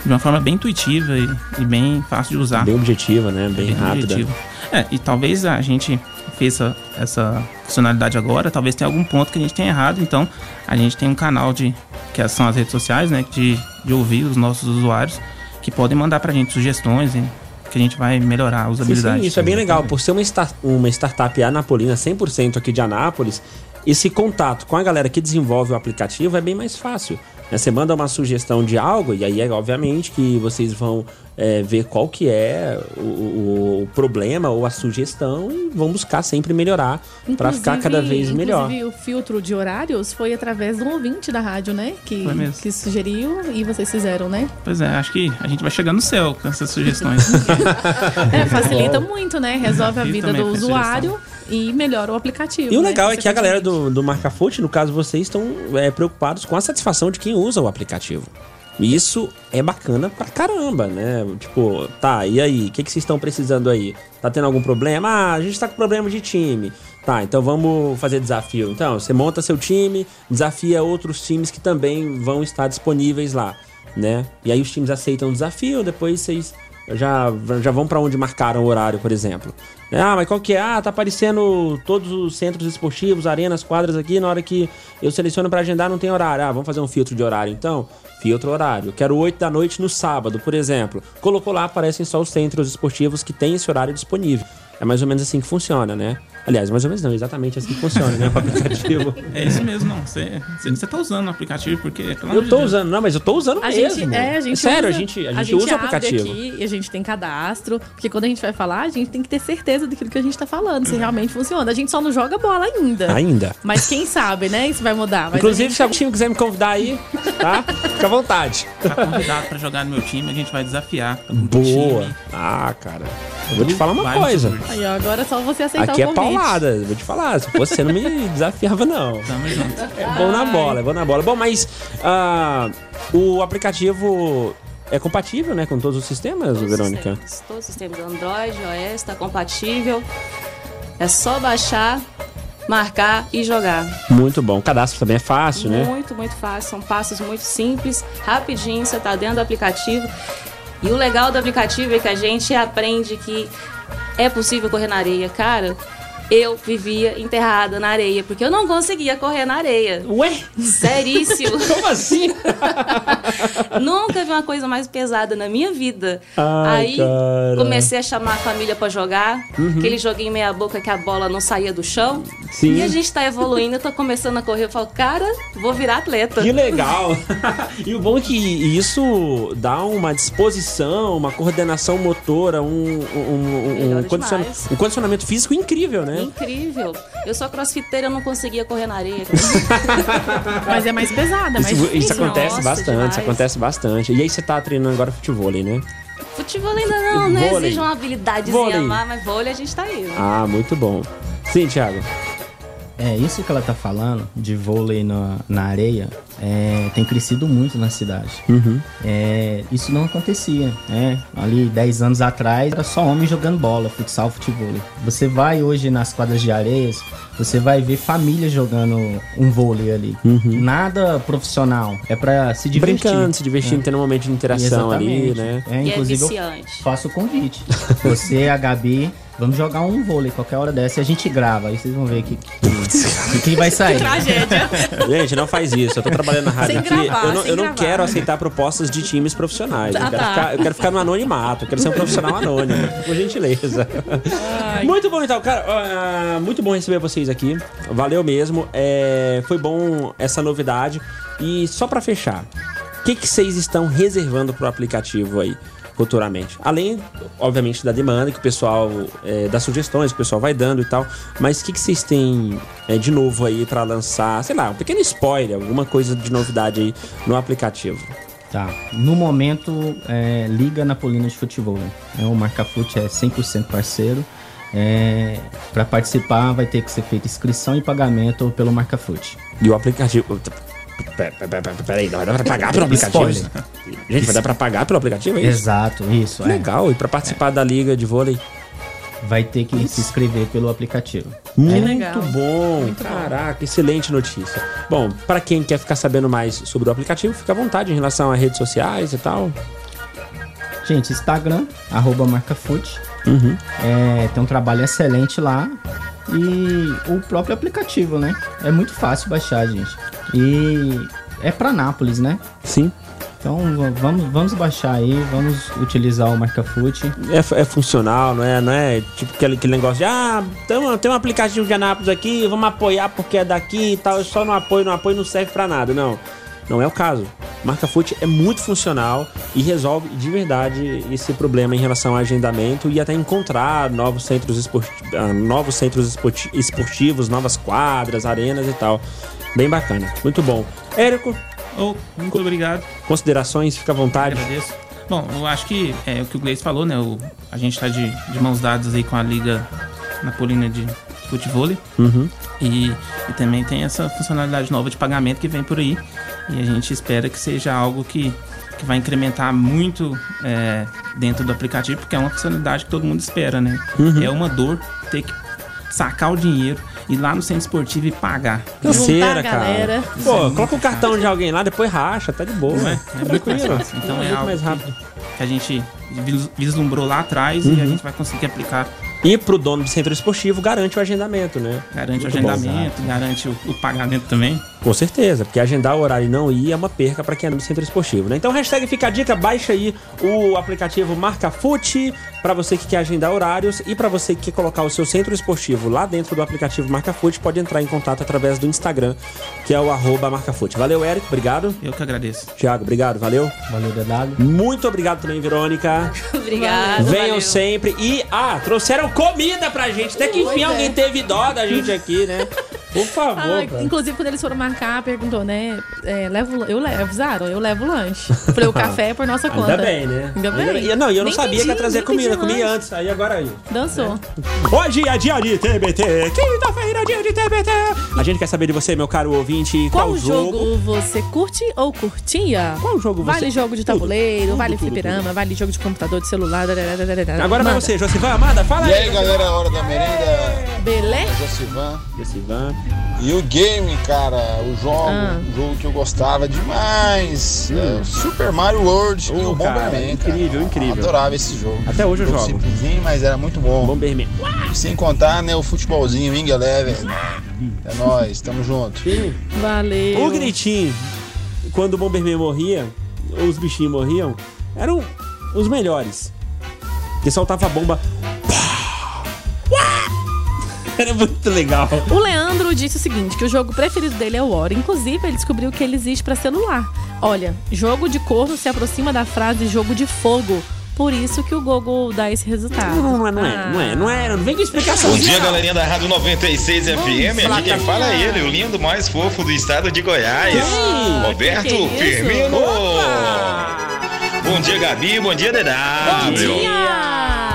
I: De uma forma bem intuitiva e, e bem fácil de usar
D: Bem objetiva, né? Bem,
I: bem
D: rápida.
I: objetivo. É, e talvez a gente fez essa, essa funcionalidade agora, talvez tenha algum ponto que a gente tenha errado, então a gente tem um canal de que é, são as redes sociais, né, de, de ouvir os nossos usuários que podem mandar pra gente sugestões e que a gente vai melhorar a
D: Sim, sim,
I: usabilidade.
D: isso é bem legal. Por ser uma, star- uma startup anapolina 100% aqui de Anápolis, esse contato com a galera que desenvolve o aplicativo é bem mais fácil. né? Você manda uma sugestão de algo e aí, é obviamente, que vocês vão é, ver qual que é o, o- o problema ou a sugestão e vão buscar sempre melhorar para ficar cada vez
E: Inclusive,
D: melhor.
E: Inclusive, o filtro de horários foi através de um ouvinte da rádio, né? Que,
I: Foi mesmo.
E: que sugeriu e vocês
D: [LAUGHS]
E: fizeram, né?
I: Pois é, acho que a gente vai chegar no céu com essas sugestões.
E: É, facilita muito, né? Resolve a
I: Aqui
E: vida
I: também
E: do
I: foi
E: usuário e melhora o aplicativo.
D: E o
E: né,
D: legal é que a galera
E: consequentemente.
D: do, do Marca Foot, no caso vocês, estão é, preocupados com a satisfação de quem usa o aplicativo. E isso é bacana pra caramba, né? Tipo, tá, e aí? O que, que vocês estão precisando aí? Tá tendo algum problema? Ah, a gente tá com problema de time. Tá, então vamos fazer desafio. Então, você monta seu time, desafia outros times que também vão estar disponíveis lá, né? E aí os times aceitam o desafio, depois vocês já, já vão pra onde marcaram o horário, por exemplo. Ah, mas qual que é? Ah, tá aparecendo todos os centros esportivos, arenas, quadras aqui. Na hora que eu seleciono pra agendar, não tem horário. Ah, vamos fazer um filtro de horário então? Filtro horário. Quero 8 da noite no sábado, por exemplo. Colocou lá, aparecem só os centros esportivos que têm esse horário disponível. É mais ou menos assim que funciona, né? Aliás, mais ou menos não, exatamente assim que funciona, né? O aplicativo.
I: É isso mesmo, não. Você você- você tá usando o aplicativo porque. pelo amor
D: Eu
I: de
D: tô
I: Deus.
D: usando, não, mas eu tô usando
E: A
D: mesmo.
E: gente, é, a gente
D: Sério,
E: usa,
D: a gente, a gente usa o
E: abre
D: aplicativo.
E: Aqui, e a gente tem cadastro, porque quando a gente vai falar, a gente tem que ter certeza daquilo que a gente tá falando,
D: Uhum.
E: se realmente funciona. A gente só não joga bola ainda.
D: Ainda.
E: Mas quem sabe, né? Isso vai mudar. Mas
D: Inclusive, se algum time quiser me convidar aí, tá? Fica à vontade.
I: Tá convidado pra jogar no meu time, a gente vai desafiar. tá?
D: Um
I: No
D: Boa.
I: time.
D: Ah, cara. Eu vou te falar uma
I: Vai no
D: coisa.
I: Subúrbio.
E: Aí, ó, agora é só você aceitar
D: Aqui
E: o
D: é
E: convite.
D: paulada, eu vou te falar. Se fosse, você não me desafiava, não.
I: Tamo junto.
D: É bom na bola, é bom na bola. Bom, mas ah, o aplicativo é compatível, né, com todos os sistemas,
H: Todos os
D: Verônica?
H: sistemas, Todos os sistemas, Android, iOS, tá compatível. É só baixar, marcar e jogar.
D: Muito bom. O cadastro também é fácil, né?
H: Muito, muito fácil. São passos muito simples, rapidinho, você tá dentro do aplicativo. E o legal do aplicativo é que a gente aprende que é possível correr na areia. Cara, eu vivia enterrada na areia, porque eu não conseguia correr na areia.
D: Ué?
H: Seríssimo.
G: [LAUGHS]
D: Como assim?
H: Nunca vi uma coisa mais pesada na minha vida.
D: Ai,
H: Aí
D: cara. Uhum.
H: comecei a chamar a família pra jogar, aquele joguinho meia boca que a bola não saía do chão.
D: Sim.
H: E a gente tá evoluindo, eu tô começando a correr, eu falo, cara, vou virar atleta.
D: Que legal! [LAUGHS] e o bom é que isso dá uma disposição, uma coordenação motora, um, um, um, um,
H: Melhora
D: condiciona-
H: demais.
D: um condicionamento físico incrível, né?
H: Incrível. Eu sou crossfiteira, eu não conseguia correr na areia. [LAUGHS]
E: Mas é mais pesada, mais
D: Isso, isso
E: difícil.
D: acontece
H: nossa,
D: bastante,
H: demais.
D: isso acontece bastante. E aí você tá treinando agora futebol, né?
H: Futebol ainda não, né?
D: Vôlei.
H: Exige uma habilidadezinha,
D: Vôlei.
H: mas, mas vôlei a gente tá aí.
D: Ah, muito bom. Sim, Thiago.
J: É, isso que ela tá falando, de vôlei na, na areia, é, tem crescido muito na cidade.
D: Uhum.
J: É, isso não acontecia, né? Ali 10 anos atrás era só homem jogando bola, futsal, futebol. Você vai hoje nas quadras de areias, você vai ver família jogando um vôlei ali. Nada profissional, é pra se divertir.
D: Uhum. Brincando, se divertindo, tendo um momento de interação ali,
J: Exatamente.
D: né?
J: É,
H: E é
J: inclusive, eu
H: viciante. [LAUGHS]
J: faço o convite. [LAUGHS] Você, a Gabi, vamos jogar um vôlei qualquer hora dessa e a gente grava. Aí vocês vão ver que, que, que, que vai
D: [LAUGHS]
J: sair.
E: Tragédia.
D: Gente, não faz isso. Eu tô trabalhando na rádio
E: Sem
D: aqui.
E: gravar,
D: eu não,
E: sem
D: eu não
E: gravar.
D: quero aceitar propostas de times profissionais. eu,
E: Ah,
D: quero
E: tá.
D: ficar, eu quero ficar no anonimato. Eu quero ser um profissional anônimo. Por
E: [LAUGHS]
D: gentileza. Muito bom, então, cara. ah, muito bom receber vocês aqui. Valeu mesmo. É, foi bom essa novidade. E só pra fechar, o que, que vocês estão reservando pro aplicativo aí? Futuramente. Além, obviamente, da demanda que o pessoal. é, das sugestões que o pessoal vai dando e tal. Mas o que, que vocês têm é, de novo aí pra lançar? Sei lá, um pequeno spoiler, alguma coisa de novidade aí no aplicativo.
J: Tá. No momento, é, liga na Polina de Futebol. É, o Marcafute é 100% parceiro. É, para participar, vai ter que ser feita inscrição e pagamento pelo Marcafute.
D: E o aplicativo. Pera- pera- pera- pera- Peraí, vai dar pra pagar pelo aplicativo?
J: Spoiler.
D: Gente, vai dar pra pagar pelo aplicativo? É isso?
J: Exato, isso.
D: Que
J: É.
D: Legal, e pra participar da liga de vôlei?
J: Vai ter que se inscrever pelo aplicativo.
D: Muito
E: legal.
D: É. bom! Caraca, excelente notícia. Bom, pra quem quer ficar sabendo mais sobre o aplicativo, fica à vontade em relação a redes sociais e tal.
J: Gente, Instagram, arroba marcafute. É, tem um trabalho excelente lá. E o próprio aplicativo, né? É muito fácil baixar, gente. E é pra Nápoles, né?
D: Sim.
J: Então v- vamos, vamos baixar aí, vamos utilizar o marcafute.
D: É, fu- é funcional, não é, não é tipo aquele, aquele negócio de ah, tem, um- tem um aplicativo de Anápolis aqui, vamos apoiar porque é daqui e tal, eu só no apoio, no apoio não serve pra nada, não. Não é o caso. Marca Foot é muito funcional e resolve de verdade esse problema em relação ao agendamento e até encontrar novos centros, esporti ah, novos centros esporti- esportivos, novas quadras, arenas e tal. Bem bacana, muito bom. Érico,
I: Oh, muito obrigado.
D: considerações, fica à vontade.
I: Agradeço. Bom, eu acho que é o que o Gleice falou, né? O, a gente tá de, de mãos dadas aí com a Liga Napolina de Futebol. Uhum. E, e também tem essa funcionalidade nova de pagamento que vem por aí. E a gente espera que seja algo que, que vai incrementar muito é, dentro do aplicativo, porque é uma funcionalidade que todo mundo espera, né? É uma dor ter que sacar o dinheiro, ir lá no centro esportivo e pagar.
D: Canseira,
E: Juntar a galera.
D: cara. Pô, coloca o cartão de alguém lá, depois racha, tá de boa.
I: Não é?
D: né?
I: É muito mais fácil. Então é algo que- que a gente vis- vislumbrou lá atrás e a gente vai conseguir aplicar.
D: E pro dono de centro esportivo garante o agendamento, né?
I: Garante
D: Muito
I: o agendamento, garante o, o pagamento também.
D: Com certeza, porque agendar o horário e não ir é uma perca pra quem é no centro esportivo, né? Então, hashtag fica a dica, baixa aí o aplicativo Marca Fute, Para você que quer agendar horários e para você que quer colocar o seu centro esportivo lá dentro do aplicativo Marca Fute, pode entrar em contato através do Instagram, que é o arroba Marca Fute. Valeu, Érico. Obrigado.
I: Eu que agradeço.
D: Tiago, obrigado. Valeu.
J: Valeu, Dedado.
D: Muito obrigado também, Verônica.
H: Obrigada.
D: Venham
H: valeu.
D: sempre. E, ah, trouxeram comida pra gente. Até que
E: é.
D: enfim alguém teve dó da gente aqui, né? Por favor,
E: Ah,
D: cara.
E: inclusive, quando eles foram marcar, perguntou, né? É, levo, eu levo, avisaram, eu levo o lanche.
D: [LAUGHS]
E: Falei, o café é por nossa conta.
D: Ainda bem, né?
E: Ainda bem.
D: E- não, e eu não
E: Nem
D: sabia
E: pedi,
D: que ia trazer
E: nem pedi
D: comida. Comi
E: lanche.
D: antes, aí agora aí.
E: Dançou.
D: Hoje é dia de TBT. Quinta-feira, dia de TBT. A gente quer saber de você, meu caro ouvinte, qual,
E: Qual, jogo, você curte ou curtia?
D: Qual jogo você-
E: Vale jogo de
D: Tudo,
E: tabuleiro,
D: tudo,
E: vale
D: tudo,
E: fliperama, vale jogo de computador, de celular.
D: Agora vai
E: Manda.
D: você, Josivan Amada, fala
K: E
D: aí.
K: aí galera, é hora da merenda,
E: Belé?
K: Josivan.
D: Josivan.
K: E o game, cara, o jogo,
E: Ah.
K: o jogo que eu gostava demais. é, Super Mario World e o
D: Hum. cara,
K: Bomberman. cara.
D: incrível, incrível.
K: Adorava esse jogo.
D: Até hoje eu
K: Jogo
D: jogo.
K: Simplesinho, mas era muito bom.
D: Bomberman.
K: Sem contar, né, o futebolzinho, o Wing Eleven. É nóis, tamo junto.
E: Valeu.
D: O gritinho, quando o Bomberman morria, ou os bichinhos morriam, eram os melhores. Que soltava a bomba. Pá! Uá! Era muito legal.
E: O Leandro disse o seguinte, que o jogo preferido dele é o War. Inclusive, ele descobriu que ele existe pra celular. Olha, jogo de corno se aproxima da frase jogo de fogo. Por isso que o Google dá esse resultado. Ah.
D: Não, não é, não é, não é, não é. Não vem com explicação.
L: Bom dia, galerinha da Rádio 96 FM.
D: lá,
L: Aqui quem
D: Gabriel.
L: fala é ele, o lindo mais fofo do estado de Goiás.
D: Quem?
L: Roberto
E: Que que é isso?
L: Firmino. Bom dia, Gabi. Bom dia, Dedá. Bom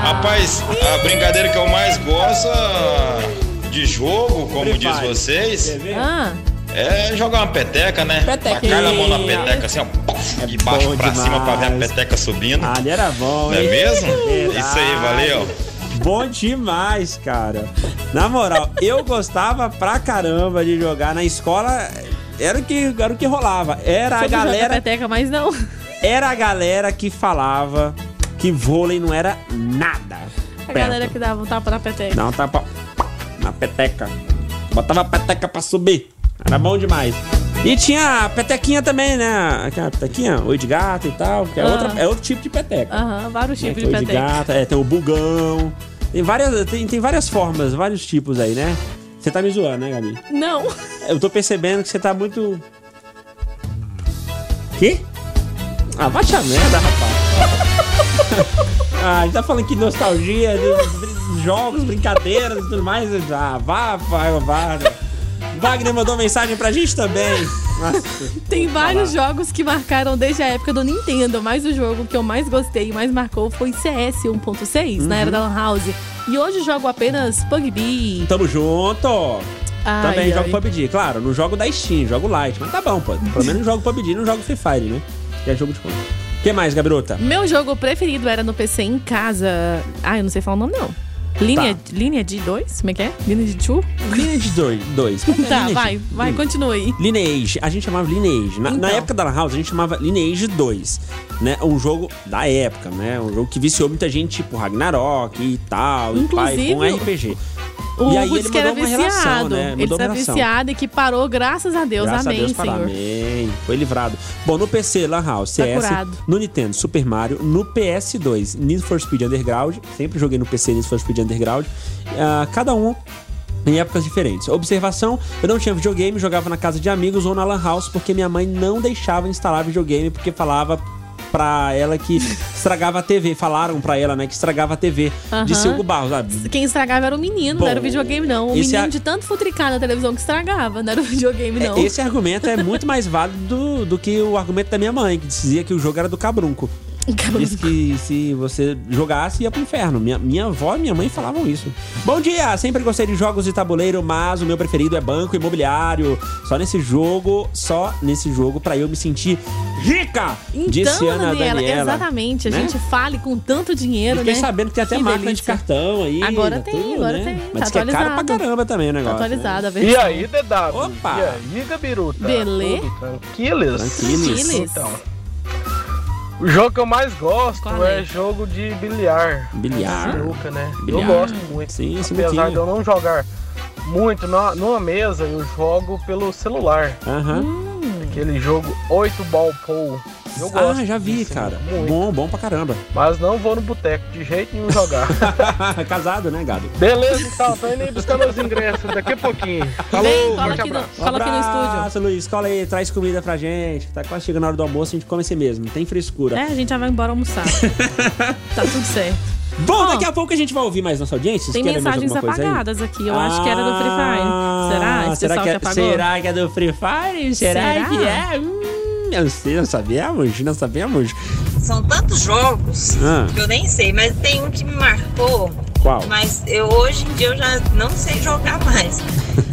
L: Rapaz, a brincadeira que eu mais gosto ah, de jogo, como
D: Free
L: diz
D: Fire.
L: vocês,
E: Ah,
L: é jogar uma peteca, né? Tacar a mão na peteca assim, ó, puf, de baixo
D: É bom
L: pra cima pra ver a
D: demais.
L: peteca subindo.
D: Ah, ali era bom,
L: Não é
D: hein?
L: mesmo?
D: Verdade.
L: Isso aí, valeu.
D: Bom demais, cara. Na moral, eu gostava pra caramba de jogar na escola. Era o que, era o que rolava. Era a
E: sobre o jogo da
D: galera,
E: peteca, mas não.
D: era a galera que falava que vôlei não era nada.
E: A
D: perto.
E: galera que dava um tapa na peteca.
D: Dá um tapa na peteca. Botava a peteca pra subir. Era bom demais. E tinha a petequinha também, né? Aquela petequinha, oi de gato e tal, que é,
E: Ah.
D: outra, é outro tipo de peteca.
E: Aham, vários
D: Né?
E: tipos de
D: Tem o
E: peteca.
D: gata, é, tem o bugão. Tem várias, tem, tem várias formas, vários tipos aí, né? Você tá me zoando, né, Gabi?
E: Não. [LAUGHS]
D: Eu tô percebendo que você tá muito. Quê? Ah, bate a merda,
E: [LAUGHS]
D: rapaz. ah, ele tá falando que nostalgia, de- de jogos, brincadeiras e tudo mais. Ah, vá, vá, vá. Wagner mandou mensagem pra gente também. Nossa.
E: Tem vários jogos que marcaram desde a época do Nintendo, mas o jogo que eu mais gostei e mais marcou foi CS 1.6, na era da
D: Uhum.
E: Lan House. E hoje jogo apenas PUBG.
D: Tamo junto.
E: Ai,
D: Tá, Também jogo
E: ai.
D: PUBG, claro, não jogo da Steam, jogo Light, mas tá bom, pô. Pelo menos jogo PUBG, não jogo Free Fire, né? Que é jogo de conta. O que mais, Gabrota?
E: Meu jogo preferido era no PC em casa. Ah, eu não sei falar o nome, não. Linha,
D: Tá.
E: linha de 2? Como é que é? Linha de 2?
D: Lineage 2. dois. Qual que é
E: [LAUGHS] Tá,
D: [LAUGHS] Lineage?
E: vai, vai, continua aí.
D: Lineage, a gente chamava Lineage. Na, na
E: Então.
D: época da Lan House, a gente chamava Lineage 2, né? Um jogo da época, né? Um jogo que viciou muita gente, tipo Ragnarok e tal, e pai, com
E: Inclusive,
D: RPG.
E: O
D: e aí
E: Hugo
D: ele
E: disse que era
D: mandou uma
E: viciado.
D: relação, né?
E: Ele
D: Mandou uma
E: era
D: relação.
E: viciado e que parou, graças a Deus.
D: Graças
E: amém,
D: a Deus, fala
E: Senhor.
D: amém. Foi livrado. Bom, no PC, Lan House,
E: Tá
D: CS,
E: curado.
D: no Nintendo, Super Mario, no PS2, Need for Speed Underground. Sempre joguei no PC Need for Speed Underground. Ah, cada um em épocas diferentes. Observação, eu não tinha videogame, jogava na casa de amigos ou na Lan House, porque minha mãe não deixava instalar videogame, porque falava pra ela
E: [LAUGHS]
D: que estragava a TV. Falaram pra ela, né, que estragava a TV.
E: Aham.
D: Disse Hugo Barros, ah,
E: Quem estragava era o menino, não era o
D: Bom,
E: videogame, não. O
D: esse
E: menino
D: é-
E: de tanto futricar na televisão que estragava, não era o videogame, não.
D: É,
E: [LAUGHS]
D: Esse argumento é muito mais válido do, do que o argumento da minha mãe, que dizia que o jogo era do cabrunco. Disse que se você jogasse, ia pro inferno. Minha, minha avó e minha mãe falavam isso. Bom dia! Sempre gostei de jogos de tabuleiro, mas o meu preferido é banco imobiliário. Só nesse jogo, só nesse jogo, pra eu me sentir rica! disse Ana Daniela.
E: então, exatamente. A
D: né?
E: gente fale com tanto dinheiro,
D: Fiquei
E: né?
D: sabendo que tem até
E: Que
D: máquina de
E: delícia.
D: cartão aí.
E: Agora tem, agora tem. Tá
D: Mas diz que é caro pra
E: atualizado.
D: caramba também o
E: Tá
D: negócio. né?
E: atualizada, a
M: E
E: versão.
M: aí, DW?
D: Opa!
M: E aí, Gabiruta?
E: Belê?
M: Tudo tranquilos?
D: Tranquilos.
E: Tranquilos.
M: Então, o jogo que eu mais gosto
E: Qual
M: é?
E: é?
M: jogo de bilhar.
D: Bilhar.
E: Uhum.
M: Sinuca, né?
D: Bilhar.
M: Eu gosto muito.
D: Sim, sinuquinha.
M: Apesar de eu não jogar muito na, numa mesa, eu jogo pelo celular.
D: Aham.
M: Aquele jogo 8 Ball Pool.
N: Eu gosto.
D: ah, já vi, cara. Bom, bom pra caramba. [LAUGHS]
N: Mas não vou no boteco de jeito nenhum jogar.
D: Casado, né, gado?
N: Beleza, então, tô indo aí buscar meus ingressos daqui a pouquinho. Falou, forte abraço.
D: estúdio. Luiz, cola aí, traz comida pra gente. Tá quase chegando a hora do almoço, a gente come assim mesmo. Não tem frescura.
E: É, a gente já vai embora
D: [LAUGHS]
E: almoçar. tá tudo certo.
D: Bom, daqui a pouco a gente vai ouvir mais nossa audiência. Vocês
E: Tem
D: querem mais
E: mensagens
D: alguma coisa aí?
E: apagadas aqui. Eu acho que era do Free Fire. Será?
D: Ah, será
E: Esse pessoal
D: que,
E: que
D: é,
E: apagou?
D: será que é do Free Fire? Será,
E: Será?
D: que é? Hum, eu sei, não sabemos, não sabemos.
J: São tantos jogos
D: Ah.
J: que eu nem sei, mas tem um que me marcou.
D: Qual?
J: Mas eu, hoje em dia eu já não sei jogar mais.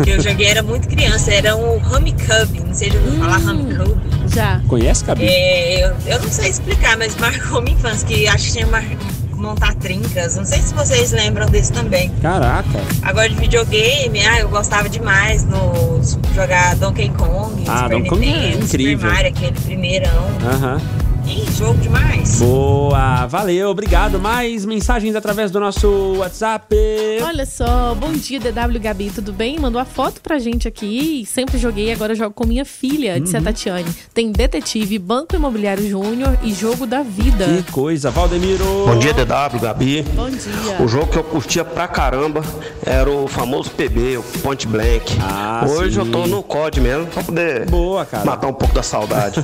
J: Que eu joguei, era muito criança, era um o Rummy Cub. Não sei se eu ouviu falar Rummy Cub.
E: Já.
D: Conhece, Cabi?
J: É, eu, eu não sei explicar, mas marcou minha infância, que acho que tinha mar... montar trincas. Não sei se vocês lembram desse também.
D: Caraca.
J: Agora de videogame, ah, eu gostava demais no jogar Donkey Kong,
D: Ah,
J: Super
D: Donkey Kong é
J: Nintendo,
D: incrível.
J: Super Mario, aquele primeirão.
D: Aham.
J: Ih, jogo demais.
D: Boa, valeu, obrigado. Mais mensagens através do nosso WhatsApp.
E: Olha só, bom dia, DW Gabi, tudo bem? Mandou a foto pra gente aqui. Sempre joguei, agora eu jogo com minha filha, disse a
D: Uhum.
E: Tatiane. Tem detetive, banco imobiliário júnior e jogo da vida.
D: Que coisa, Valdemiro.
O: Bom dia, DW, Gabi.
E: Bom dia.
O: O jogo que eu curtia pra caramba era o famoso PB, o Point Blank. Hoje
D: Ah, sim.
O: eu tô no COD mesmo, pra poder matar um pouco da saudade.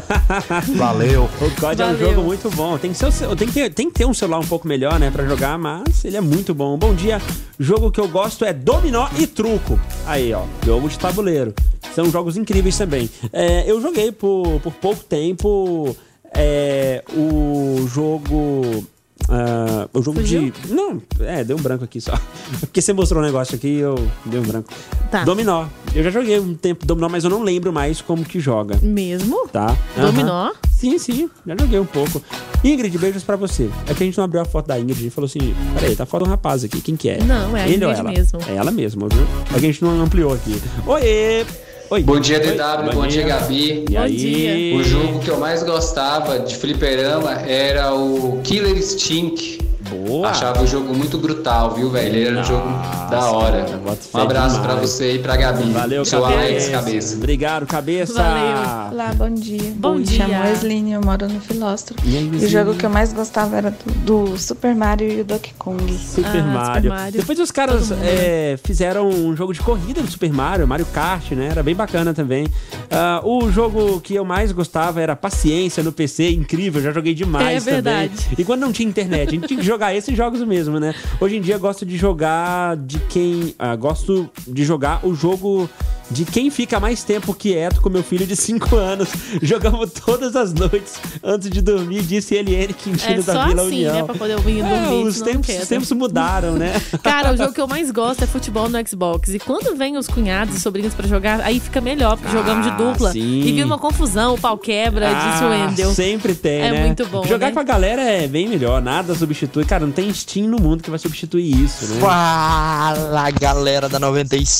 O: Valeu.
D: O COD é um jogo muito bom. Tem que, ser o ce- tem que ter, tem que ter um celular um pouco melhor, né, pra jogar, mas ele é muito bom. Bom dia. Jogo que eu gosto é dominó e truco. Aí, ó, jogo de tabuleiro. São jogos incríveis também. É, eu joguei por, por pouco tempo é, o jogo. ah, o jogo
E: Fugiu?
D: de. Não, é, deu um branco aqui só. [LAUGHS] Porque você mostrou um negócio aqui eu dei um branco.
E: Tá.
D: Dominó. Eu já joguei um tempo dominó, mas eu não lembro mais como que joga.
E: Mesmo?
D: Tá.
E: Dominó?
D: Aham. Sim, sim. Já joguei um pouco. Ingrid, beijos pra você. É que a gente não abriu a foto da Ingrid e falou assim: peraí, tá fora um rapaz aqui. Quem que é?
E: Não, é a
D: Ele ou
E: Ingrid
D: ela?
E: mesmo.
D: É ela mesma, viu? É que a gente não ampliou aqui. Oiê! Oi.
I: Bom dia,
D: Oi.
I: DW. Bom, dia, Gabi.
D: E aí?
I: O jogo que eu mais gostava de fliperama era o Killer Instinct.
D: Boa.
I: Achava o jogo muito brutal, viu, velho? Ele era um jogo da hora. Um abraço pra você e pra Gabi.
D: Valeu,
I: Sou
D: cabeça.
I: Alex Cabeça.
D: Obrigado, cabeça.
H: Valeu. Olá, bom dia.
E: Bom dia.
H: dia. Chamo Esline, eu moro no Filóstro.
D: E aí,
H: o
D: Esline?
H: jogo que eu mais gostava era do, do Super Mario e o Donkey Kong.
E: Ah,
D: Super, Mario. Depois os caras é, fizeram um jogo de corrida do Super Mario, Mario Kart, né? Era bem bacana também. Ah, o jogo que eu mais gostava era Paciência no PC, incrível, já joguei demais
E: É verdade.
D: também. E quando não tinha internet, a gente tinha que jogar esses jogos mesmo, né? Hoje em dia eu gosto de jogar de quem. ah, gosto de jogar o jogo de quem fica mais tempo quieto com meu filho de 5 anos. [LAUGHS] Jogamos todas as noites antes de dormir, disse Eliane Quintino
E: É
D: da
E: só
D: Vila
E: assim,
D: União.
E: né? Pra poder ouvir e
D: É,
E: dormir,
D: os,
E: senão
D: tempos,
E: quebra.
D: os tempos [LAUGHS] mudaram,
E: [LAUGHS]
D: né?
E: Cara, o jogo que eu mais gosto é futebol no Xbox. E quando vem os cunhados e sobrinhos pra jogar, aí fica melhor, porque jogamos de dupla.
D: Ah, sim. Ah,
E: E vira uma confusão, o pau quebra, disse É, o Wendel.
D: Sempre tem,
E: É
D: né?
E: muito bom,
D: Jogar
E: né?
D: com a galera é bem melhor, nada substitui. Cara, não tem Steam no mundo que vai substituir isso, né?
P: Fala galera da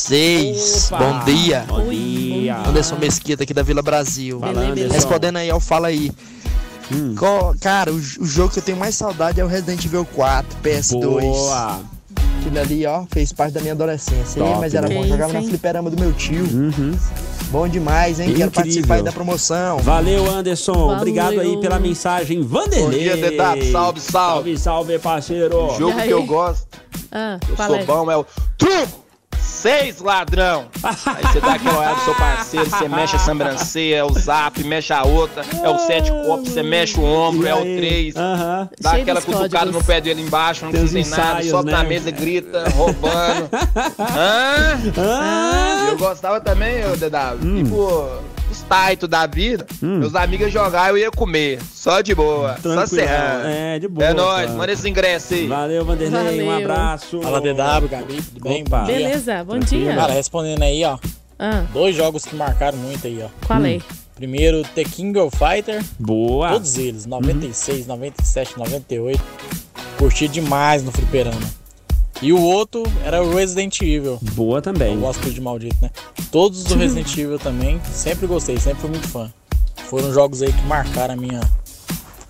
P: 96,
D: Opa!
P: bom dia.
D: Bom dia.
P: Anderson Mesquita aqui da Vila Brasil.
D: Fala, Anderson.
P: Respondendo aí ao Fala aí. Co- cara, o, o jogo que eu tenho mais saudade é o Resident Evil 4, PS2.
D: Boa.
P: Aquilo ali, ó, fez parte da minha adolescência.
D: Top,
P: mas era
D: né?
P: bom,
D: Que
P: jogava
D: isso,
P: na
D: hein?
P: fliperama do meu tio.
K: Uhum.
P: Bom demais, hein?
D: Incrível.
P: Quero participar aí da promoção.
D: Valeu, Anderson. Obrigado aí pela mensagem. Vanderlei.
L: Bom dia, Dedado. Salve,
D: salve. Salve, salve, parceiro.
L: O jogo que eu gosto,
E: Ah,
L: eu
E: fala
L: sou
E: aí.
L: bom, é o truco! Seis ladrão! Aí você dá aquela olhada pro seu parceiro, você mexe a sobrancelha, é o zap, mexe a outra, é o sete copos, você mexe o ombro, é o três.
D: Ah.
L: Dá
K: Cheio
L: aquela
K: dos
L: cutucada
K: códigos.
L: no pé dele embaixo, não
D: Tem os
L: precisa em nada,
D: ensaios,
L: sobe
D: né?
L: na mesa, grita, roubando.
D: [LAUGHS]
L: Hã? Eu gostava também, ô DW,
D: Hum.
L: tipo, os taito da vida, meus amigos jogavam, eu ia comer, só de boa, só
D: Tranquilão.
L: serrando.
D: É, de boa,
L: É nóis,
D: cara.
L: manda esse ingresso aí.
D: Valeu, Vanderlei. Um
L: Valeu.
D: abraço.
K: Fala, DW, Gabi, tudo bem? Bom dia.
E: Beleza, bom dia.
K: Cara, respondendo aí, ó.
E: Ah.
K: Dois jogos que marcaram muito aí, ó.
E: Qual é?
K: Primeiro, The King of Fighter.
D: Boa.
K: Todos eles, 96, 97, 98. Curti demais no fliperama. E o outro era o Resident Evil.
D: Boa também.
K: Eu gosto de maldito, né? Todos do
O: [LAUGHS]
K: Resident Evil também. Sempre gostei, sempre fui muito fã. Foram jogos aí que marcaram a minha,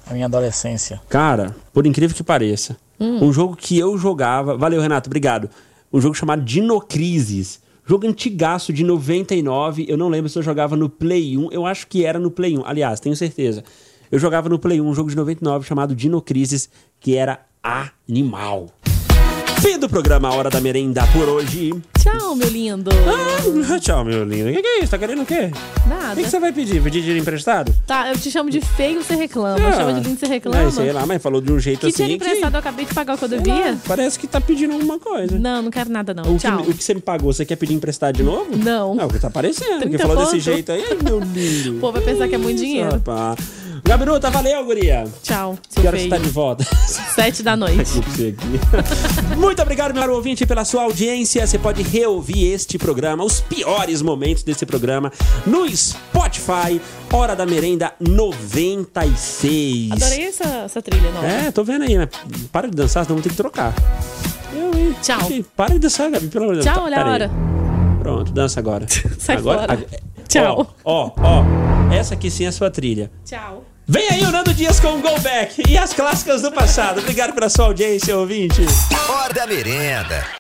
K: a minha adolescência.
D: Cara, por incrível que pareça,
K: Hum.
D: um jogo que eu jogava. Valeu, Renato, obrigado. Um jogo chamado Dinocrisis. Jogo antigaço de um. 99. Eu não lembro se eu jogava no Play 1. Eu acho que era no Play 1. Aliás, um. tenho certeza. Eu jogava no Play 1 um jogo de 99 chamado Dino Crisis, que era animal. Fim do programa Hora da Merenda por hoje.
E: Tchau, meu lindo.
D: Ah, tchau, meu lindo. O que, que é isso? Tá querendo o quê?
E: Nada.
D: O que, que você vai pedir? Pedir dinheiro emprestado?
E: Tá, eu te chamo de feio, você reclama. Eu
D: Ah.
E: chamo de lindo, você reclama.
D: Mas sei lá, mas falou de um jeito
E: que dinheiro
D: assim. que-
E: emprestado eu acabei de pagar o que eu
D: Sei
E: devia?
D: lá, parece que tá pedindo alguma coisa.
E: Não, não quero nada, não.
D: O que,
E: Tchau.
D: o que você me pagou, você quer pedir emprestado de novo?
E: Não.
D: Não, o que tá aparecendo. Porque
E: 30
D: falou desse
E: ponto.
D: jeito aí, ai, meu
E: [LAUGHS]
D: lindo.
E: Pô, vai pensar que é muito dinheiro.
D: Opa. Gabiruta, valeu, guria.
E: Tchau, seu
D: Que hora você
E: feio.
D: tá de volta? [LAUGHS]
E: Sete da noite.
D: Muito obrigado, meu caro ouvinte, pela sua audiência. Você pode reouvir este programa, os piores momentos desse programa, no Spotify, Hora da Merenda 96.
E: Adorei essa, essa trilha nova.
D: É, tô vendo aí, né? Para de dançar, senão vou ter que trocar.
E: Tchau.
D: Ih, Para de dançar, Gabi, pelo amor de Deus. Tá,
E: Tchau, olha a
D: Pera aí.
E: hora.
D: Pronto, dança agora.
E: [LAUGHS] Sai
D: agora,
E: fora.
D: ag-
E: Tchau.
D: Ó, ó, ó, essa aqui sim é a sua trilha.
E: Tchau.
D: Vem aí o Nando Dias com o Go Back e as clássicas do passado. Obrigado pela sua audiência, ouvinte.
A: Hora da merenda.